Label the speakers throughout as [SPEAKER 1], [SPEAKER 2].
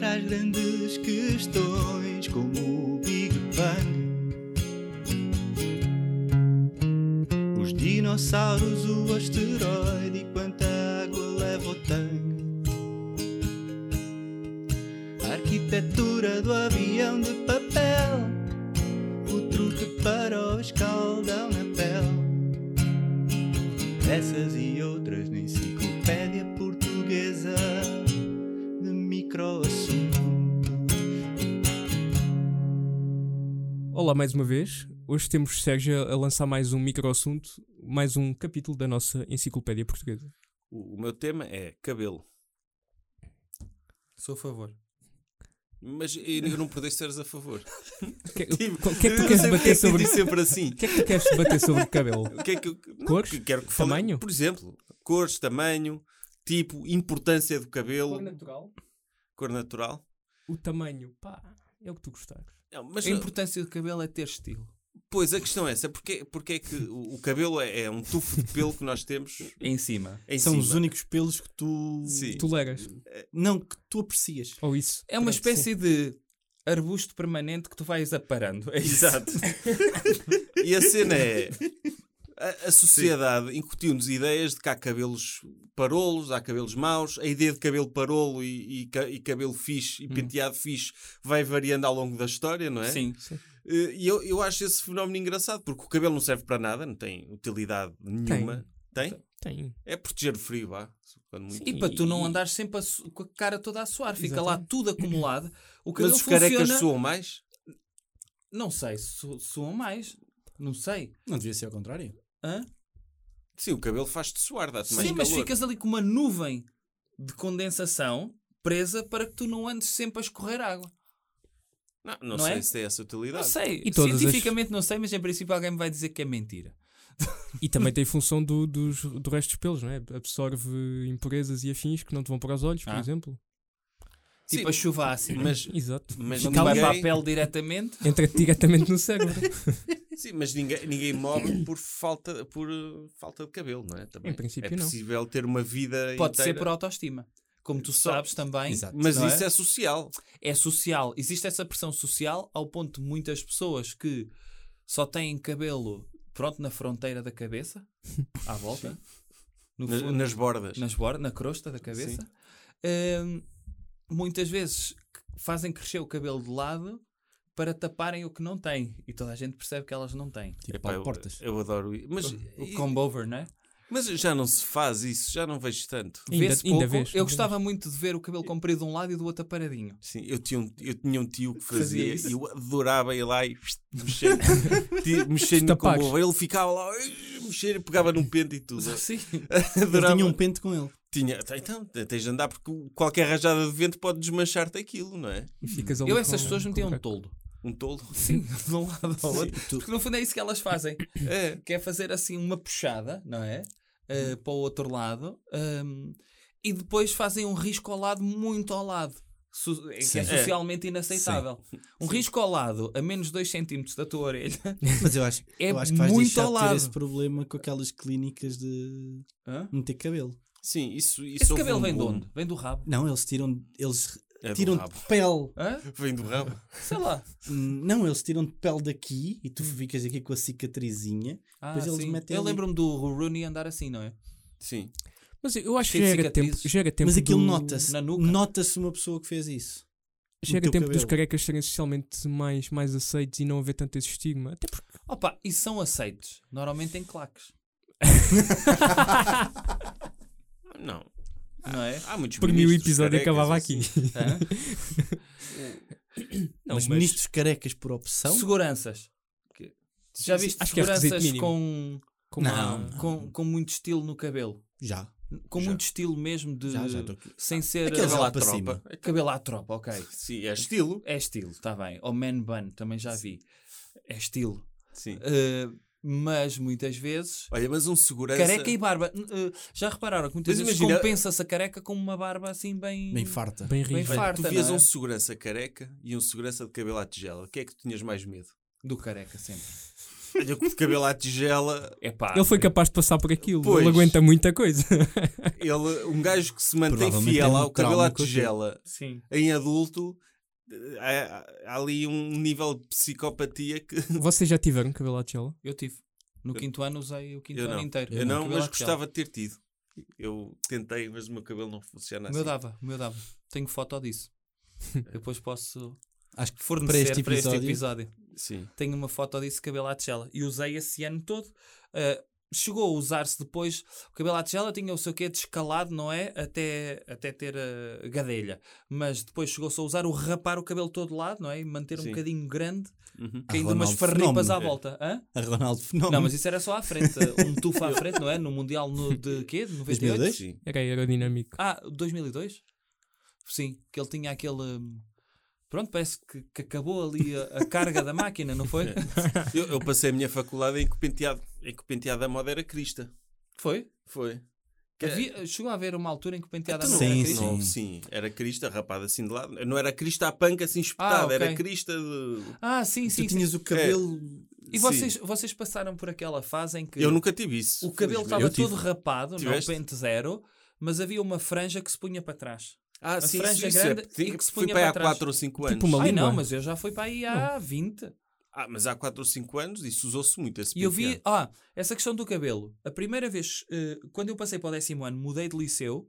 [SPEAKER 1] grandes questões, como o Big Bang. Os dinossauros, o asteroide e quanta água leva o tanque. A arquitetura do avião de papel, o truque para o escaldão na pele. Essas e outras na enciclopédia portuguesa de microassunto.
[SPEAKER 2] Olá mais uma vez. Hoje temos Sérgio a lançar mais um microassunto, mais um capítulo da nossa enciclopédia portuguesa.
[SPEAKER 3] O, o meu tema é cabelo.
[SPEAKER 4] Sou a favor.
[SPEAKER 3] Mas eu não pudeste seres a favor.
[SPEAKER 2] O que,
[SPEAKER 3] Tipo,
[SPEAKER 2] o que é que
[SPEAKER 3] eu
[SPEAKER 2] tu
[SPEAKER 3] não
[SPEAKER 2] queres
[SPEAKER 3] sei porque
[SPEAKER 2] bater
[SPEAKER 3] é que eu
[SPEAKER 2] sobre
[SPEAKER 3] digo sempre assim.
[SPEAKER 2] o que é que tu queres debater sobre o cabelo?
[SPEAKER 3] O que é que eu não,
[SPEAKER 2] Cores?
[SPEAKER 3] que quero que fale-
[SPEAKER 2] Tamanho?
[SPEAKER 3] Por exemplo, cores, tamanho, tipo, importância do cabelo, cor,
[SPEAKER 2] natural.
[SPEAKER 3] natural.
[SPEAKER 2] O tamanho, pá, é o que tu gostares.
[SPEAKER 3] Não, mas
[SPEAKER 4] A importância do cabelo é ter estilo.
[SPEAKER 3] pois a questão é essa, porque, porque é que o, o cabelo é, é um tufo de pelo que nós temos
[SPEAKER 4] Em cima.
[SPEAKER 3] em
[SPEAKER 5] São
[SPEAKER 3] cima.
[SPEAKER 5] os únicos pelos que tu.
[SPEAKER 3] Sim.
[SPEAKER 2] Toleras.
[SPEAKER 5] Não, que tu aprecias.
[SPEAKER 2] Ou isso.
[SPEAKER 4] É uma
[SPEAKER 2] Pronto, sim.
[SPEAKER 4] espécie de arbusto permanente que tu vais aparando. É isso.
[SPEAKER 3] Exato. e a cena é. A, a sociedade incutiu-nos ideias de que há cabelos parolos, há cabelos maus. A ideia de cabelo parolo e, e ca- e cabelo fixe
[SPEAKER 4] Hum.
[SPEAKER 3] e penteado fixe vai variando ao longo da história, não é?
[SPEAKER 4] Sim.
[SPEAKER 3] Eh, E eu, eu acho esse fenómeno engraçado, porque o cabelo não serve para nada, não tem utilidade nenhuma. Tem?
[SPEAKER 2] Tem.
[SPEAKER 3] É proteger o frio, vá. Quando muito.
[SPEAKER 4] E para tu não andares sempre a su- com a cara toda a suar, fica lá tudo acumulado. O
[SPEAKER 3] Mas é
[SPEAKER 4] cabelo
[SPEAKER 3] os
[SPEAKER 4] funciona...
[SPEAKER 3] carecas soam mais?
[SPEAKER 4] Não sei, su suam mais. Não sei.
[SPEAKER 5] Não devia ser ao contrário.
[SPEAKER 4] Hã?
[SPEAKER 3] Sim, o cabelo faz-te suar, dá-te
[SPEAKER 4] Sim,
[SPEAKER 3] mais
[SPEAKER 4] mas
[SPEAKER 3] calor.
[SPEAKER 4] ficas ali com uma nuvem de condensação presa para que tu não andes sempre a escorrer água.
[SPEAKER 3] Não, não,
[SPEAKER 4] Não
[SPEAKER 3] sei
[SPEAKER 4] é?
[SPEAKER 3] se tem essa
[SPEAKER 4] Não
[SPEAKER 3] utilidade.
[SPEAKER 4] sei.
[SPEAKER 2] E todas as-
[SPEAKER 4] Cientificamente não sei, mas em princípio alguém me vai dizer que é mentira.
[SPEAKER 2] E também tem função do, dos, do resto dos pelos, não é? Absorve impurezas e afins que não te vão para os olhos, por
[SPEAKER 4] Ah.
[SPEAKER 2] exemplo.
[SPEAKER 3] Sim,
[SPEAKER 4] Tipo a chuva ácida.
[SPEAKER 3] mas,
[SPEAKER 2] Exato.
[SPEAKER 3] mas
[SPEAKER 4] não te vai
[SPEAKER 3] ninguém...
[SPEAKER 4] para a pele diretamente.
[SPEAKER 2] Entra-te diretamente no cérebro.
[SPEAKER 3] Sim, mas ninguém, ninguém morre por falta, por eh, falta de cabelo, não é? Também
[SPEAKER 2] Em princípio,
[SPEAKER 3] é
[SPEAKER 2] não.
[SPEAKER 3] possível ter uma vida
[SPEAKER 4] Pode ser
[SPEAKER 3] inteira.
[SPEAKER 4] por autoestima. Como tu sabes também,
[SPEAKER 5] Exato.
[SPEAKER 3] Mas
[SPEAKER 4] não
[SPEAKER 3] isso é? social.
[SPEAKER 4] é social. Existe essa pressão social ao ponto de muitas pessoas que só têm cabelo pronto na fronteira da cabeça, à volta, no
[SPEAKER 3] Nas,
[SPEAKER 4] fundo,
[SPEAKER 3] nas bordas.
[SPEAKER 4] nas bordas, na crosta da cabeça. Hum, muitas vezes c- fazem crescer o cabelo de lado para taparem o que não têm. E toda a gente percebe que elas não têm.
[SPEAKER 5] Tipo,
[SPEAKER 3] Epá,
[SPEAKER 5] Paulo
[SPEAKER 3] eu,
[SPEAKER 5] portas.
[SPEAKER 3] eu adoro isso. Mas,
[SPEAKER 4] O
[SPEAKER 3] e-
[SPEAKER 4] comb over, não é?
[SPEAKER 3] mas já não se faz isso, já não vejo tanto.
[SPEAKER 2] Ainda-
[SPEAKER 4] Vê-se
[SPEAKER 2] ainda
[SPEAKER 4] pouco.
[SPEAKER 2] vês, ainda
[SPEAKER 4] Eu gostava muito de ver o cabelo comprido de um lado e do outro aparadinho.
[SPEAKER 3] Sim, eu tinha um, eu tinha um tio que
[SPEAKER 4] Fazia
[SPEAKER 3] fazia,
[SPEAKER 4] isso?
[SPEAKER 3] e eu adorava ir lá e mexer, ti- mexer no
[SPEAKER 2] Estapares.
[SPEAKER 3] combo. Ele ficava lá, "Ai", mexer, pegava num pente e tudo.
[SPEAKER 4] Sim.
[SPEAKER 5] Ele
[SPEAKER 3] Adorava.
[SPEAKER 5] tinha um pente com ele.
[SPEAKER 3] Tinha- então, tens de andar porque qualquer rajada de vento pode desmanchar-te aquilo, não é?
[SPEAKER 2] E ficas ali
[SPEAKER 4] Eu
[SPEAKER 2] com-
[SPEAKER 4] essas pessoas
[SPEAKER 2] com
[SPEAKER 4] metiam um
[SPEAKER 2] buraco.
[SPEAKER 4] toldo.
[SPEAKER 3] Um tolo.
[SPEAKER 4] Sim, de um lado ao outro.
[SPEAKER 5] Tu-
[SPEAKER 4] Porque no fundo é isso que elas fazem.
[SPEAKER 3] É.
[SPEAKER 4] que é fazer assim uma puxada, não é? Uh, para o outro lado. um, e depois fazem um risco ao lado muito ao lado. Su- é que é
[SPEAKER 5] Sim.
[SPEAKER 4] socialmente inaceitável. Um risco ao lado a menos 2 cm da tua orelha.
[SPEAKER 5] Mas eu acho,
[SPEAKER 4] É
[SPEAKER 5] eu acho que vais
[SPEAKER 4] muito
[SPEAKER 5] deixar
[SPEAKER 4] ao
[SPEAKER 5] de ter
[SPEAKER 4] lado.
[SPEAKER 5] esse problema com aquelas clínicas de meter cabelo.
[SPEAKER 3] Sim, isso, isso
[SPEAKER 4] Esse
[SPEAKER 3] houve
[SPEAKER 4] cabelo
[SPEAKER 3] um
[SPEAKER 4] vem de
[SPEAKER 3] boom.
[SPEAKER 4] onde? Vem do rabo.
[SPEAKER 5] Não, eles tiram. Eles
[SPEAKER 3] É do
[SPEAKER 5] tiram
[SPEAKER 3] rabo.
[SPEAKER 5] de pele.
[SPEAKER 4] Hã?
[SPEAKER 3] Vem do rabo.
[SPEAKER 4] Sei lá.
[SPEAKER 5] Hum, Não, eles tiram de pele daqui e tu
[SPEAKER 4] Hum.
[SPEAKER 5] ficas aqui com a cicatrizinha.
[SPEAKER 4] Ah,
[SPEAKER 5] Depois eles
[SPEAKER 4] sim.
[SPEAKER 5] metem
[SPEAKER 4] Eu
[SPEAKER 5] ali.
[SPEAKER 4] lembro-me do Rooney andar assim, não é?
[SPEAKER 3] Sim.
[SPEAKER 2] Mas eu acho que
[SPEAKER 4] Cheio de
[SPEAKER 2] já era tempo,
[SPEAKER 4] cicatrizes.
[SPEAKER 2] já era tempo
[SPEAKER 5] Mas aquilo
[SPEAKER 2] do-
[SPEAKER 5] nota-se.
[SPEAKER 4] na nuca.
[SPEAKER 5] Nota-se uma pessoa que fez isso.
[SPEAKER 2] já
[SPEAKER 5] no
[SPEAKER 2] era
[SPEAKER 5] teu
[SPEAKER 2] tempo dos
[SPEAKER 5] cabelo.
[SPEAKER 2] carecas serem socialmente mais, mais aceitos e não haver tanto esse estigma. Até porque
[SPEAKER 4] Opa, e são aceitos. Normalmente em claques.
[SPEAKER 3] Não.
[SPEAKER 4] Não é?
[SPEAKER 3] Há muitos
[SPEAKER 2] para mim o
[SPEAKER 3] ministros
[SPEAKER 2] episódio
[SPEAKER 3] carecas,
[SPEAKER 2] acabava
[SPEAKER 3] assim.
[SPEAKER 2] aqui.
[SPEAKER 4] Hã?
[SPEAKER 2] Não, mas-
[SPEAKER 5] mas, ministros carecas por
[SPEAKER 1] Então?
[SPEAKER 5] opção.
[SPEAKER 4] Seguranças. Já viste
[SPEAKER 2] Acho que é requisito
[SPEAKER 4] seguranças
[SPEAKER 2] mínimo.
[SPEAKER 4] com,
[SPEAKER 2] Como
[SPEAKER 5] Não.
[SPEAKER 2] há-
[SPEAKER 4] com, com muito estilo no cabelo?
[SPEAKER 5] Já.
[SPEAKER 4] Com
[SPEAKER 3] Já.
[SPEAKER 4] muito estilo mesmo de.
[SPEAKER 5] Já, já estou aqui.
[SPEAKER 4] Sem ser.
[SPEAKER 5] Aqueles
[SPEAKER 4] cabelo,
[SPEAKER 5] lá
[SPEAKER 4] à
[SPEAKER 5] para
[SPEAKER 4] tropa.
[SPEAKER 5] cima.
[SPEAKER 4] Cabelo à tropa, ok.
[SPEAKER 3] Sim, é estilo.
[SPEAKER 4] É estilo, está bem. Ou man bun, também já vi. É estilo.
[SPEAKER 3] Sim.
[SPEAKER 4] Uh, mas muitas vezes.
[SPEAKER 3] Olha, mas um segurança.
[SPEAKER 4] Careca e barba. Uh, já repararam que muitas
[SPEAKER 3] Mas
[SPEAKER 4] vezes
[SPEAKER 3] imagina-
[SPEAKER 4] compensa-se a careca com uma barba assim bem.
[SPEAKER 5] Nem farta.
[SPEAKER 2] Bem
[SPEAKER 4] bem
[SPEAKER 2] rijo.
[SPEAKER 4] farta.
[SPEAKER 3] Tu vias
[SPEAKER 4] não é?
[SPEAKER 3] um segurança careca e um segurança de cabelo à tigela. O que é que tu tinhas mais medo?
[SPEAKER 4] Do careca sempre.
[SPEAKER 3] Olha, com o cabelo à tigela,
[SPEAKER 4] É pá.
[SPEAKER 2] Ele foi capaz de passar por aquilo.
[SPEAKER 3] Pois.
[SPEAKER 2] Ele aguenta muita coisa.
[SPEAKER 3] ele, um gajo que se mantém
[SPEAKER 5] Provavelmente
[SPEAKER 3] fiel
[SPEAKER 5] é um
[SPEAKER 3] ao cabelo
[SPEAKER 5] trauma
[SPEAKER 3] à
[SPEAKER 5] que eu tive.
[SPEAKER 3] tigela
[SPEAKER 2] Sim.
[SPEAKER 3] em adulto, eh, há, há ali um nível de psicopatia que
[SPEAKER 2] Vocês já tiveram cabelo à tigela?
[SPEAKER 4] Eu tive. No quinto ano usei o quinto
[SPEAKER 3] eu
[SPEAKER 4] ano
[SPEAKER 3] não.
[SPEAKER 4] inteiro. é
[SPEAKER 3] Eu não,
[SPEAKER 4] Cabelo
[SPEAKER 3] mas
[SPEAKER 4] à tigela.
[SPEAKER 3] gostava de ter tido. Eu tentei, mas o meu cabelo não funciona
[SPEAKER 4] O
[SPEAKER 3] assim.
[SPEAKER 4] meu dava, o meu dava. Tenho foto disso. Depois posso
[SPEAKER 5] Acho que
[SPEAKER 4] fornecer para este,
[SPEAKER 5] para este episódio.
[SPEAKER 4] episódio.
[SPEAKER 3] Sim.
[SPEAKER 4] Tenho uma foto disso, cabelo à tigela. E usei esse ano todo. Ah, chegou a usar-se depois. O cabelo à tigela tinha o seu quê descalado, não é? Até, até ter a gadelha. Mas depois chegou-se a usar o rapar o cabelo todo lado, não é? E manter um
[SPEAKER 3] Sim.
[SPEAKER 4] bocadinho grande.
[SPEAKER 3] Uhum.
[SPEAKER 4] Caindo umas
[SPEAKER 5] Ah, Ronaldo
[SPEAKER 4] farripas à
[SPEAKER 5] Fenómeno.
[SPEAKER 4] volta. Hã?
[SPEAKER 5] a Ronaldo Fenómeno.
[SPEAKER 4] Não, mas isso era só à frente. Um tufo à frente, não é? No Mundial no, de quê? De 98?
[SPEAKER 5] 2002?
[SPEAKER 3] Sim.
[SPEAKER 2] Era aerodinâmico.
[SPEAKER 4] Ah, 2002? Sim, que ele tinha aquele. hum, Pronto, parece que, que acabou ali a, a carga da máquina, não foi?
[SPEAKER 3] Eu, eu passei a minha faculdade em que o penteado, em que o penteado da moda era crista.
[SPEAKER 4] Foi?
[SPEAKER 3] Foi. Ah,
[SPEAKER 4] Havia- chegou a haver uma altura em que o penteado
[SPEAKER 5] Então
[SPEAKER 4] não era
[SPEAKER 5] sim,
[SPEAKER 4] crespo?
[SPEAKER 3] Não, sim, era crista rapada assim de lado. Não era crista à panca assim espetada,
[SPEAKER 4] Ah, ok.
[SPEAKER 3] era crista de.
[SPEAKER 4] Ah, sim, sim.
[SPEAKER 5] tu
[SPEAKER 4] sim. É.
[SPEAKER 5] tinhas o cabelo.
[SPEAKER 4] E vocês, vocês passaram por aquela fase em que
[SPEAKER 3] Eu nunca tive isso.
[SPEAKER 4] o cabelo
[SPEAKER 3] felizmente.
[SPEAKER 4] estava todo rapado,
[SPEAKER 3] Tiveste?
[SPEAKER 4] não pente zero, mas havia uma franja que se punha para trás.
[SPEAKER 3] Ah, sim,
[SPEAKER 4] franja
[SPEAKER 3] sim, isso é-
[SPEAKER 4] grande
[SPEAKER 3] sim,
[SPEAKER 4] e que se
[SPEAKER 3] fui
[SPEAKER 4] punha
[SPEAKER 3] para aí
[SPEAKER 4] para
[SPEAKER 3] há
[SPEAKER 4] trás.
[SPEAKER 3] 4 ou 5 anos.
[SPEAKER 2] Tipo uma
[SPEAKER 4] Ai
[SPEAKER 2] língua.
[SPEAKER 4] não, mas eu já fui para aí há 20.
[SPEAKER 3] Ah, mas há 4 ou 5 anos isso usou-se muito esse
[SPEAKER 4] E eu
[SPEAKER 3] penteado.
[SPEAKER 4] vi, ah, essa questão do cabelo. A primeira vez, eh, quando eu passei para o décimo ano, mudei de liceu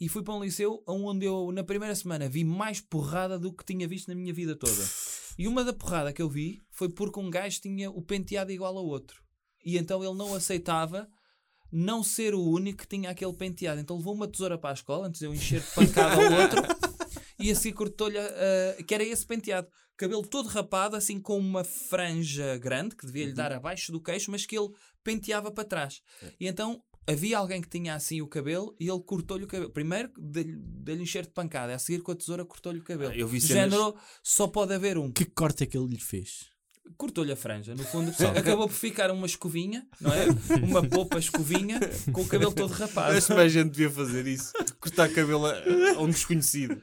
[SPEAKER 4] e fui para um liceu onde eu, na primeira semana, vi mais porrada do que tinha visto na minha vida toda. E uma da porrada que eu vi foi porque um gajo tinha o penteado igual ao outro. E então ele não aceitava não ser o único que tinha aquele penteado. Então levou uma tesoura para a escola antes de eu encher de pancada ao outro e assim cortou-lhe, ah, que era esse penteado. Cabelo todo rapado, assim com uma franja grande que
[SPEAKER 3] Uhum.
[SPEAKER 4] devia lhe dar abaixo do queixo, mas que ele penteava para trás. E então havia alguém que tinha assim o cabelo e ele cortou-lhe o cabelo. Primeiro deu-lhe deu-lhe um cheiro de pancada, a seguir com a tesoura cortou-lhe o cabelo.
[SPEAKER 3] Ah, eu vi
[SPEAKER 4] Do
[SPEAKER 3] cenas-
[SPEAKER 4] género, só pode haver um.
[SPEAKER 5] Que corte é que ele lhe fez?
[SPEAKER 4] Cortou-lhe a franja, no fundo. Acabou por ficar uma escovinha, não é? Uma popa escovinha com o cabelo todo rapado.
[SPEAKER 3] Acho que mais gente devia fazer isso. Cortar cabelo a, a um desconhecido.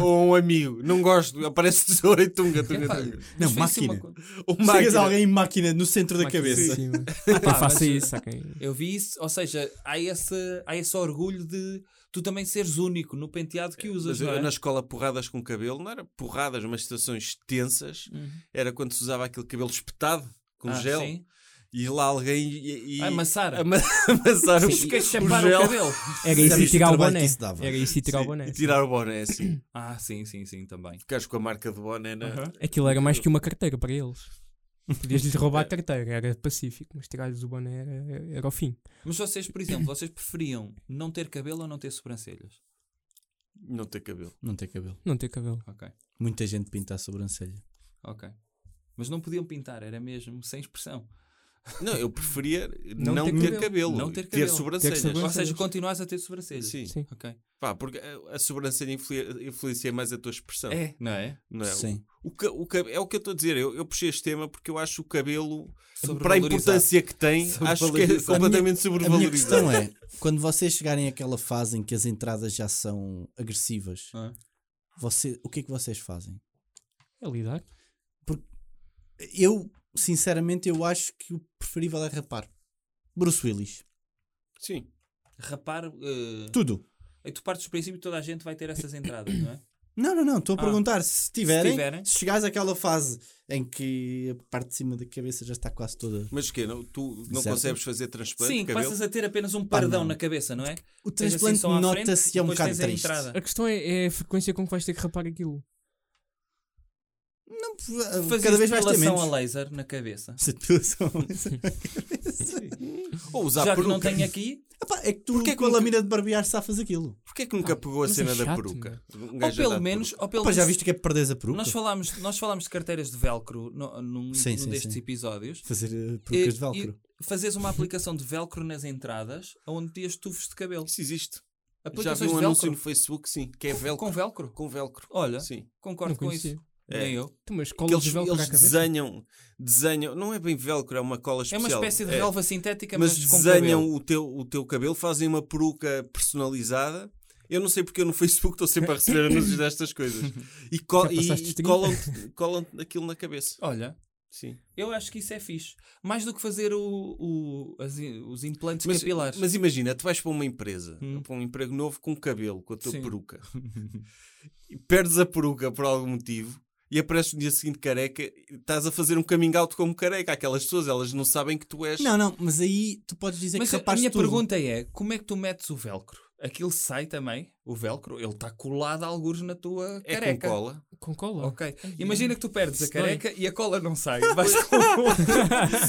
[SPEAKER 3] Ou a um amigo. Não gosto. Aparece tesoura e tunga, tunga,
[SPEAKER 4] Epá,
[SPEAKER 3] tunga.
[SPEAKER 4] mas
[SPEAKER 5] Não,
[SPEAKER 4] foi assim uma
[SPEAKER 5] máquina.
[SPEAKER 4] co-
[SPEAKER 3] Ou
[SPEAKER 5] Chegas
[SPEAKER 3] máquina.
[SPEAKER 5] alguém em máquina no centro da
[SPEAKER 2] Máquina
[SPEAKER 5] cabeça.
[SPEAKER 2] Sim,
[SPEAKER 4] Epá,
[SPEAKER 2] eu faço
[SPEAKER 4] mas-
[SPEAKER 2] isso, há quem-
[SPEAKER 4] Eu vi isso, ou seja, há esse, há esse orgulho de tu também seres único no penteado que usas.
[SPEAKER 3] Mas
[SPEAKER 4] não
[SPEAKER 3] eu,
[SPEAKER 4] é?
[SPEAKER 3] na escola, porradas com cabelo, não era porradas, mas situações tensas. Era quando se usava aquele cabelo espetado, com
[SPEAKER 4] Uhum. Ah,
[SPEAKER 3] gel,
[SPEAKER 4] sim.
[SPEAKER 3] e lá alguém e, e
[SPEAKER 4] Ah, amassar.
[SPEAKER 3] ama- amassar o,
[SPEAKER 4] Fiquei a
[SPEAKER 3] o
[SPEAKER 4] chapar o,
[SPEAKER 3] gel
[SPEAKER 4] cabelo.
[SPEAKER 2] Era isso e
[SPEAKER 5] Sabes o
[SPEAKER 2] tirar o
[SPEAKER 5] trabalho que
[SPEAKER 2] boné.
[SPEAKER 5] isso dava?
[SPEAKER 2] Era isso e tirar o boné.
[SPEAKER 3] e tirar o boné assim.
[SPEAKER 4] Ah, sim, sim, sim, também.
[SPEAKER 3] Ficares com a marca de boné né, na.
[SPEAKER 2] Aquilo era mais que uma carteira para eles. Podias-lhes roubar a carteira, era pacífico, mas tirar-lhes o boné era, era o fim.
[SPEAKER 4] Mas vocês, por exemplo, vocês preferiam não ter cabelo ou não ter sobrancelhas?
[SPEAKER 3] Não ter cabelo.
[SPEAKER 5] Não tem cabelo.
[SPEAKER 2] Não ter cabelo.
[SPEAKER 4] Ok,
[SPEAKER 5] Muita gente pinta a sobrancelha.
[SPEAKER 4] ok. Mas não podiam pintar, era mesmo sem expressão.
[SPEAKER 3] Não, eu preferia não,
[SPEAKER 2] Não ter
[SPEAKER 3] ter,
[SPEAKER 2] cabelo.
[SPEAKER 3] cabelo.
[SPEAKER 4] Não ter
[SPEAKER 3] Ter
[SPEAKER 4] cabelo.
[SPEAKER 3] sobrancelhas.
[SPEAKER 2] Ter sobrancelhas.
[SPEAKER 4] Ou seja, continuas a ter sobrancelhas.
[SPEAKER 3] Sim.
[SPEAKER 2] Sim.
[SPEAKER 4] Ok.
[SPEAKER 3] Pá, porque a, a sobrancelha influ- influencia mais a tua expressão.
[SPEAKER 4] É, não é?
[SPEAKER 3] Então, Não é?
[SPEAKER 5] Sim.
[SPEAKER 3] O, ca- o ca- é o que eu estou a dizer. Eu, eu puxei este tema porque eu acho o cabelo, para a
[SPEAKER 4] É Sobrevalorizado.
[SPEAKER 3] importância que tem, acho que é
[SPEAKER 4] Sobrevalorizado.
[SPEAKER 3] completamente
[SPEAKER 5] A minha
[SPEAKER 3] sobrevalorizado.
[SPEAKER 5] questão é: quando vocês chegarem àquela fase em que as entradas já são agressivas,
[SPEAKER 3] é?
[SPEAKER 4] Ah.
[SPEAKER 5] você, o que é que vocês fazem?
[SPEAKER 2] É lidar.
[SPEAKER 5] Eu, sinceramente, eu acho que o preferível é rapar. Bruce Willis.
[SPEAKER 3] Sim.
[SPEAKER 4] Rapar. eh,
[SPEAKER 5] Tudo.
[SPEAKER 4] E tu partes do princípio que toda a gente vai ter essas entradas, não é?
[SPEAKER 5] Não, não, não. Estou a
[SPEAKER 4] Ah.
[SPEAKER 5] perguntar se tiverem, se
[SPEAKER 4] tiverem.
[SPEAKER 5] chegares àquela fase em que a parte de cima da cabeça já está quase toda.
[SPEAKER 3] Mas o quê? Não, tu não
[SPEAKER 5] Certo.
[SPEAKER 3] consegues fazer transplante
[SPEAKER 4] Sim,
[SPEAKER 3] de cabelo?
[SPEAKER 4] passas a ter apenas um pardão
[SPEAKER 5] Ah, não.
[SPEAKER 4] na cabeça, não é?
[SPEAKER 5] O
[SPEAKER 4] Tens assim
[SPEAKER 5] transplante
[SPEAKER 4] só à frente,
[SPEAKER 5] nota-se é um
[SPEAKER 4] depois
[SPEAKER 5] bocado
[SPEAKER 4] tens a
[SPEAKER 5] triste.
[SPEAKER 4] entrada.
[SPEAKER 2] A questão é, é a frequência com que vais ter que rapar aquilo.
[SPEAKER 5] Cada
[SPEAKER 4] Fazias
[SPEAKER 5] vez mais ter
[SPEAKER 4] depilação
[SPEAKER 5] menos.
[SPEAKER 4] a laser na cabeça.
[SPEAKER 5] Se tu- só-
[SPEAKER 3] Ou usar
[SPEAKER 4] Já que
[SPEAKER 3] peruca.
[SPEAKER 4] não tem aqui,
[SPEAKER 5] Epá, é que tu
[SPEAKER 3] Porquê
[SPEAKER 5] Porquê
[SPEAKER 3] que
[SPEAKER 5] com a
[SPEAKER 3] nunca-
[SPEAKER 5] lâmina de barbear safas aquilo.
[SPEAKER 3] Porquê que
[SPEAKER 4] Ah,
[SPEAKER 3] nunca pegou a
[SPEAKER 2] mas é
[SPEAKER 3] cena da
[SPEAKER 2] chato,
[SPEAKER 3] peruca? Um
[SPEAKER 4] ou
[SPEAKER 3] gajo a dar
[SPEAKER 4] pelo
[SPEAKER 3] de
[SPEAKER 4] menos,
[SPEAKER 3] peruca.
[SPEAKER 4] ou pelo
[SPEAKER 5] Pá, já
[SPEAKER 4] menos
[SPEAKER 5] viste o que é perderes a peruca?
[SPEAKER 4] Nós falámos, nós falámos de carteiras de velcro no- num,
[SPEAKER 5] Sim,
[SPEAKER 4] num
[SPEAKER 5] sim,
[SPEAKER 4] destes
[SPEAKER 5] sim.
[SPEAKER 4] episódios.
[SPEAKER 5] Fazer eh, perucas
[SPEAKER 4] E-
[SPEAKER 5] de velcro.
[SPEAKER 4] e Fazes uma aplicação de velcro nas entradas onde metias tufos de cabelo.
[SPEAKER 3] Isso existe. Já
[SPEAKER 4] Aplicações
[SPEAKER 3] vi um
[SPEAKER 4] de
[SPEAKER 3] anúncio
[SPEAKER 4] velcro.
[SPEAKER 3] no Facebook, sim, que é velcro.
[SPEAKER 4] Com velcro.
[SPEAKER 3] Com velcro.
[SPEAKER 4] Olha,
[SPEAKER 3] Sim.
[SPEAKER 4] concordo
[SPEAKER 2] Não
[SPEAKER 4] com isso.
[SPEAKER 2] conhecia.
[SPEAKER 3] É,
[SPEAKER 4] Nem eu. É
[SPEAKER 2] Tu, Então, mas
[SPEAKER 3] Que
[SPEAKER 2] colas
[SPEAKER 3] eles
[SPEAKER 2] de velcro à
[SPEAKER 3] eles
[SPEAKER 2] cabeça.
[SPEAKER 3] desenham, desenham, não é bem velcro, é uma cola
[SPEAKER 4] É
[SPEAKER 3] especial.
[SPEAKER 4] uma espécie de
[SPEAKER 3] É.
[SPEAKER 4] relva sintética, mas,
[SPEAKER 3] mas
[SPEAKER 4] com
[SPEAKER 3] desenham
[SPEAKER 4] cabelo.
[SPEAKER 3] o teu, o teu cabelo, fazem uma peruca personalizada. Eu não sei porque eu no Facebook estou sempre a receber anúncios destas coisas. E, co
[SPEAKER 2] Já passaste os
[SPEAKER 3] e, e
[SPEAKER 2] 30?
[SPEAKER 3] colam-te colam aquilo na cabeça.
[SPEAKER 4] Olha,
[SPEAKER 3] Sim.
[SPEAKER 4] Eu acho que isso é fixe. Mais do que fazer o, o- as i- os implantes
[SPEAKER 3] Mas,
[SPEAKER 4] capilares.
[SPEAKER 3] mas imagina, tu vais para uma empresa,
[SPEAKER 4] Hum.
[SPEAKER 3] para um emprego novo com cabelo, com a tua
[SPEAKER 4] Sim.
[SPEAKER 3] peruca, e perdes a peruca por algum motivo e apareces no dia seguinte careca, e estás a fazer um coming out como careca. Aquelas pessoas, elas não sabem que tu és.
[SPEAKER 5] Não, não, mas aí tu podes
[SPEAKER 3] é
[SPEAKER 5] dizer
[SPEAKER 4] Mas
[SPEAKER 5] que
[SPEAKER 4] a
[SPEAKER 5] rapaz
[SPEAKER 4] minha
[SPEAKER 5] tudo.
[SPEAKER 4] pergunta é: como é que tu metes o velcro? Aquilo sai também, o velcro, ele está colado a algures na tua
[SPEAKER 3] é
[SPEAKER 4] careca.
[SPEAKER 3] com cola.
[SPEAKER 2] Com cola?
[SPEAKER 4] Ok. Imagina que tu perdes a
[SPEAKER 2] Isso dói.
[SPEAKER 4] careca e a cola não sai. Vais com,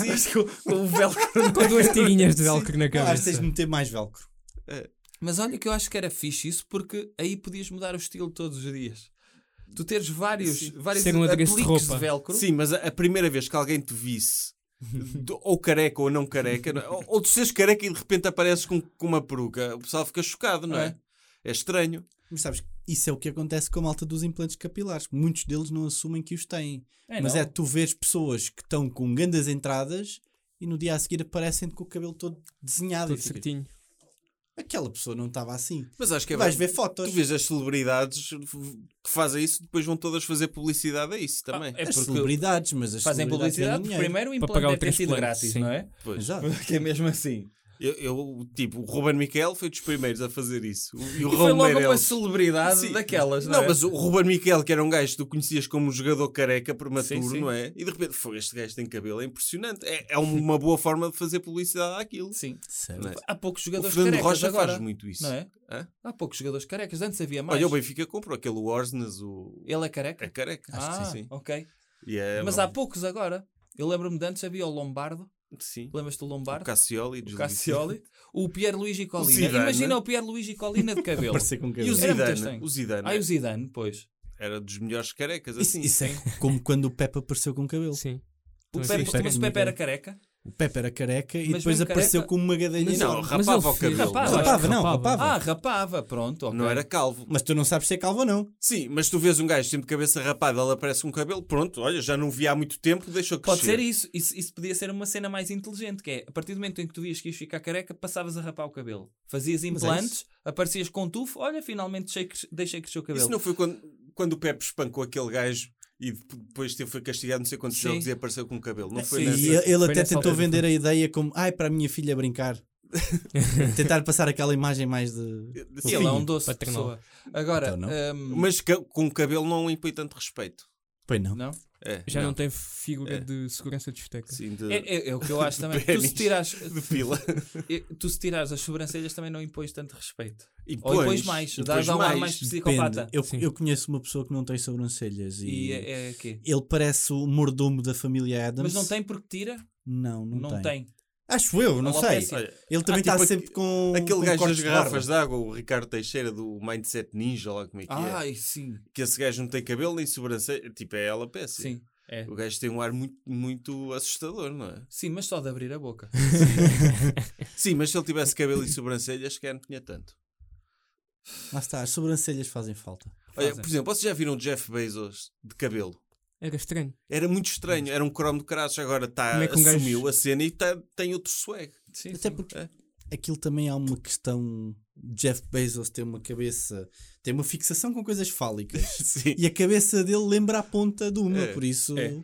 [SPEAKER 4] vais com- com o velcro.
[SPEAKER 2] Com duas tirinhas de velcro na
[SPEAKER 5] Ah, acho que tens
[SPEAKER 2] cabeça.
[SPEAKER 5] de meter mais velcro.
[SPEAKER 4] Mas olha que eu acho que era fixe isso, porque aí podias mudar o estilo todos os dias. Tu teres vários, vários
[SPEAKER 2] Ser um adereço de
[SPEAKER 4] apliques de,
[SPEAKER 2] roupa.
[SPEAKER 4] velcro.
[SPEAKER 3] Sim, mas a, a primeira vez que alguém te visse, do- ou careca ou não careca, não é? ou, ou tu seres careca e de repente apareces com, com uma peruca, o pessoal fica chocado, não é? É estranho.
[SPEAKER 5] Mas sabes, que isso é o que acontece com a malta dos implantes capilares. Muitos deles não assumem que os têm. mas
[SPEAKER 4] não.
[SPEAKER 5] é tu vês pessoas que estão com grandes entradas e no dia a seguir aparecem com o cabelo todo desenhado.
[SPEAKER 2] Tudo
[SPEAKER 5] e ficas,
[SPEAKER 2] certinho.
[SPEAKER 5] Aquela pessoa não estava assim.
[SPEAKER 3] Mas acho que é
[SPEAKER 5] Vais
[SPEAKER 3] bem-
[SPEAKER 5] ver fotos.
[SPEAKER 3] Tu vês as celebridades que fazem isso, depois vão todas fazer publicidade a isso também.
[SPEAKER 4] Ah, é
[SPEAKER 5] as
[SPEAKER 4] porque
[SPEAKER 5] celebridades, mas as
[SPEAKER 4] fazem
[SPEAKER 5] celebridades
[SPEAKER 4] publicidade,
[SPEAKER 5] ganham
[SPEAKER 4] porque
[SPEAKER 5] dinheiro.
[SPEAKER 4] primeiro o
[SPEAKER 2] Para pagar o
[SPEAKER 4] implante deve ter sido
[SPEAKER 2] transplante,
[SPEAKER 4] grátis,
[SPEAKER 2] sim.
[SPEAKER 4] não é?
[SPEAKER 3] Pois.
[SPEAKER 5] Exato.
[SPEAKER 4] Porque é mesmo assim.
[SPEAKER 3] Eu, eu, tipo, o Ruben Miquel foi dos primeiros a fazer isso. O- E o
[SPEAKER 4] E foi
[SPEAKER 3] Raul
[SPEAKER 4] logo uma
[SPEAKER 3] Meireles.
[SPEAKER 4] celebridade
[SPEAKER 3] Sim.
[SPEAKER 4] daquelas, não,
[SPEAKER 3] Não,
[SPEAKER 4] é?
[SPEAKER 3] mas o Ruben Miquel, que era um gajo que tu conhecias como um jogador careca prematuro,
[SPEAKER 4] Sim, sim.
[SPEAKER 3] não é? E de repente, foi este gajo tem cabelo, é impressionante. É, é uma boa forma de fazer publicidade àquilo.
[SPEAKER 4] Sim.
[SPEAKER 5] Certo.
[SPEAKER 3] Não é?
[SPEAKER 4] Há poucos
[SPEAKER 3] O
[SPEAKER 4] jogadores
[SPEAKER 3] Fernando
[SPEAKER 4] carecas
[SPEAKER 3] Rocha
[SPEAKER 4] agora,
[SPEAKER 3] faz muito isso.
[SPEAKER 4] não é?
[SPEAKER 3] Hã?
[SPEAKER 4] Há poucos jogadores carecas. Antes havia mais.
[SPEAKER 3] Olha, o Benfica comprou aquele Orsnes, o...
[SPEAKER 4] Ele é careca?
[SPEAKER 3] é careca.
[SPEAKER 5] Acho
[SPEAKER 4] ah,
[SPEAKER 5] que sim,
[SPEAKER 4] ok.
[SPEAKER 3] E é,
[SPEAKER 4] mas
[SPEAKER 3] não-
[SPEAKER 4] há poucos agora. Eu lembro-me de antes havia o Lombardo.
[SPEAKER 3] Sim.
[SPEAKER 4] Lembras-te do
[SPEAKER 3] O
[SPEAKER 4] Lombardo?
[SPEAKER 3] Cassioli.
[SPEAKER 4] O
[SPEAKER 3] Giuseppe.
[SPEAKER 4] Cassioli. O Pierluigi Colina.
[SPEAKER 3] Zidane.
[SPEAKER 4] Imagina o Pierluigi Colina de cabelo.
[SPEAKER 5] Parecer com
[SPEAKER 3] E
[SPEAKER 5] cabelo.
[SPEAKER 3] o
[SPEAKER 4] Era muito
[SPEAKER 3] Zidane.
[SPEAKER 4] estranho.
[SPEAKER 3] O Zidane
[SPEAKER 4] ah, e o Zidane, pois.
[SPEAKER 3] era dos melhores carecas,
[SPEAKER 5] Isso,
[SPEAKER 3] assim.
[SPEAKER 5] isso é como quando o Pepe apareceu com cabelo.
[SPEAKER 2] Sim.
[SPEAKER 4] O
[SPEAKER 2] Sim,
[SPEAKER 4] Pepe,
[SPEAKER 3] é
[SPEAKER 2] sim,
[SPEAKER 4] mas o
[SPEAKER 2] sim.
[SPEAKER 4] Pepe era careca?
[SPEAKER 5] O Pepe era careca e
[SPEAKER 4] Mas
[SPEAKER 5] depois
[SPEAKER 4] mesmo
[SPEAKER 5] apareceu
[SPEAKER 4] careca-
[SPEAKER 5] com uma gadelha
[SPEAKER 3] Mas não,
[SPEAKER 5] enorme.
[SPEAKER 2] Mas
[SPEAKER 3] rapava
[SPEAKER 2] ele
[SPEAKER 3] o
[SPEAKER 2] fez-
[SPEAKER 3] cabelo.
[SPEAKER 4] Rapava.
[SPEAKER 5] Rapava, não,
[SPEAKER 2] Rapava.
[SPEAKER 5] rapava.
[SPEAKER 4] Ah, rapava. Pronto, ok.
[SPEAKER 3] Não era calvo.
[SPEAKER 5] Mas tu não sabes se é calvo ou não.
[SPEAKER 3] Sim, mas tu vês um gajo sempre de cabeça rapada, ele aparece com cabelo, pronto, olha, já não vi há muito tempo, deixou crescer.
[SPEAKER 4] Pode ser isso. isso. Isso podia ser uma cena mais inteligente, que é, a partir do momento em que tu vias que ias ficar careca, passavas a rapar o cabelo. Fazias
[SPEAKER 3] é
[SPEAKER 4] implantes, aparecias com tufo, olha, finalmente deixei cres- deixei crescer o cabelo.
[SPEAKER 3] Isso não foi quando, quando o Pepe espancou aquele gajo e dep- depois teve, foi castigado não sei quantos
[SPEAKER 4] Sim.
[SPEAKER 3] jogos e apareceu com cabelo. Não foi
[SPEAKER 4] Sim.
[SPEAKER 3] nessa?
[SPEAKER 5] E ele, ele
[SPEAKER 2] Foi
[SPEAKER 5] até
[SPEAKER 2] nessa
[SPEAKER 5] tentou
[SPEAKER 2] altura.
[SPEAKER 5] vender a ideia como, ai, para a minha filha brincar. Tentar passar aquela imagem mais de.
[SPEAKER 3] Sim,
[SPEAKER 4] Ele é um
[SPEAKER 5] fofinho.
[SPEAKER 4] doce de
[SPEAKER 2] paternal.
[SPEAKER 4] pessoa. Agora,
[SPEAKER 5] Então não.
[SPEAKER 4] hum,
[SPEAKER 3] Mas ca- com cabelo não impõe tanto respeito.
[SPEAKER 5] Pois não.
[SPEAKER 4] não?
[SPEAKER 3] É,
[SPEAKER 2] Ah, Já não, É. tem figura de segurança de esteca.
[SPEAKER 3] Sim, de,
[SPEAKER 4] É, é- é o que eu acho também. tu, se
[SPEAKER 3] Pênis.
[SPEAKER 4] tirares,
[SPEAKER 3] de pila.
[SPEAKER 4] eh, tu se tirares as sobrancelhas também não impões tanto respeito.
[SPEAKER 3] E
[SPEAKER 4] Ou impões
[SPEAKER 3] pões-
[SPEAKER 4] mais,
[SPEAKER 3] e
[SPEAKER 4] dá,
[SPEAKER 3] pões
[SPEAKER 4] dá um ar
[SPEAKER 3] mais.
[SPEAKER 4] mais psicopata.
[SPEAKER 5] Depende. Eu,
[SPEAKER 2] Sim.
[SPEAKER 5] eu conheço uma pessoa que não tem sobrancelhas e.
[SPEAKER 4] E é, é quê?
[SPEAKER 5] Ele parece o mordomo da família Adams.
[SPEAKER 4] Mas não tem porque tira?
[SPEAKER 5] Não, não,
[SPEAKER 4] Não,
[SPEAKER 5] tem.
[SPEAKER 4] tem.
[SPEAKER 5] Acho eu, não
[SPEAKER 4] Olá,
[SPEAKER 5] sei.
[SPEAKER 4] péssimo.
[SPEAKER 3] Olha,
[SPEAKER 5] Ele
[SPEAKER 3] Ah,
[SPEAKER 5] também está
[SPEAKER 3] tipo
[SPEAKER 5] sempre
[SPEAKER 3] aque-
[SPEAKER 4] um,
[SPEAKER 5] com.
[SPEAKER 3] Aquele
[SPEAKER 5] com
[SPEAKER 3] gajo das
[SPEAKER 5] cortes de
[SPEAKER 3] garrafas
[SPEAKER 5] barba.
[SPEAKER 3] de água, o Ricardo Teixeira do Mindset Ninja, lá como é que é.
[SPEAKER 4] Ai, sim.
[SPEAKER 3] que esse gajo não tem cabelo nem sobrancelha. Tipo, é ela peça.
[SPEAKER 4] Sim. É.
[SPEAKER 3] O gajo tem um ar muito, muito assustador, não é?
[SPEAKER 4] Sim, mas só de abrir a boca.
[SPEAKER 3] Sim, mas se ele tivesse cabelo e sobrancelha, acho que não tinha tanto.
[SPEAKER 5] Lá está, as sobrancelhas fazem falta.
[SPEAKER 3] Olha,
[SPEAKER 4] Fazem.
[SPEAKER 3] por exemplo, vocês já viram o Jeff Bezos de cabelo?
[SPEAKER 2] Era estranho.
[SPEAKER 3] Era muito estranho, era um cromo de crasso, agora tá,
[SPEAKER 2] Como é que um gajo-
[SPEAKER 3] assumiu a cena e tá- tem outro swag.
[SPEAKER 4] Sim,
[SPEAKER 5] Até
[SPEAKER 4] sim.
[SPEAKER 5] porque
[SPEAKER 3] É.
[SPEAKER 5] aquilo também há uma questão. Jeff Bezos tem uma cabeça, tem uma fixação com coisas fálicas.
[SPEAKER 3] Sim.
[SPEAKER 5] e a cabeça dele lembra a ponta de uma,
[SPEAKER 3] É,
[SPEAKER 5] por isso.
[SPEAKER 3] é.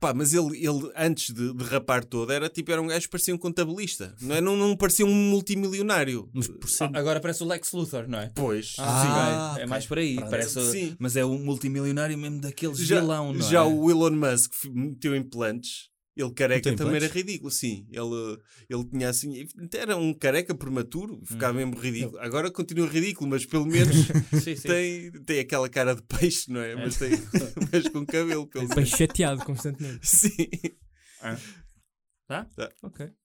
[SPEAKER 3] Pá, mas ele, ele antes de, de rapar todo, era tipo, era um gajo que parecia um contabilista, não é? Não, não parecia um multimilionário.
[SPEAKER 5] Mas por
[SPEAKER 3] Ah,
[SPEAKER 5] ser.
[SPEAKER 4] Agora parece o Lex Luthor, não é?
[SPEAKER 3] Pois,
[SPEAKER 5] Ah,
[SPEAKER 4] Sim, é, é
[SPEAKER 5] ok.
[SPEAKER 4] mais por aí.
[SPEAKER 5] Pronto.
[SPEAKER 4] Parece,
[SPEAKER 3] Sim.
[SPEAKER 4] Mas é um multimilionário mesmo daqueles
[SPEAKER 3] já,
[SPEAKER 4] vilão, não
[SPEAKER 3] já
[SPEAKER 4] é?
[SPEAKER 3] o Elon Musk fi- meteu implantes. Ele careca
[SPEAKER 5] Meteu
[SPEAKER 3] também era
[SPEAKER 5] implantes?
[SPEAKER 3] ridículo, sim. Ele, ele tinha assim. Era um careca prematuro, ficava mesmo ridículo. Agora continua ridículo, mas pelo menos
[SPEAKER 4] Sim, sim.
[SPEAKER 3] tem, tem aquela cara de peixe, não é? Mas, tem, mas com cabelo, pelo menos.
[SPEAKER 2] Bem chateado constantemente.
[SPEAKER 3] Sim.
[SPEAKER 2] É. Tá? Ok.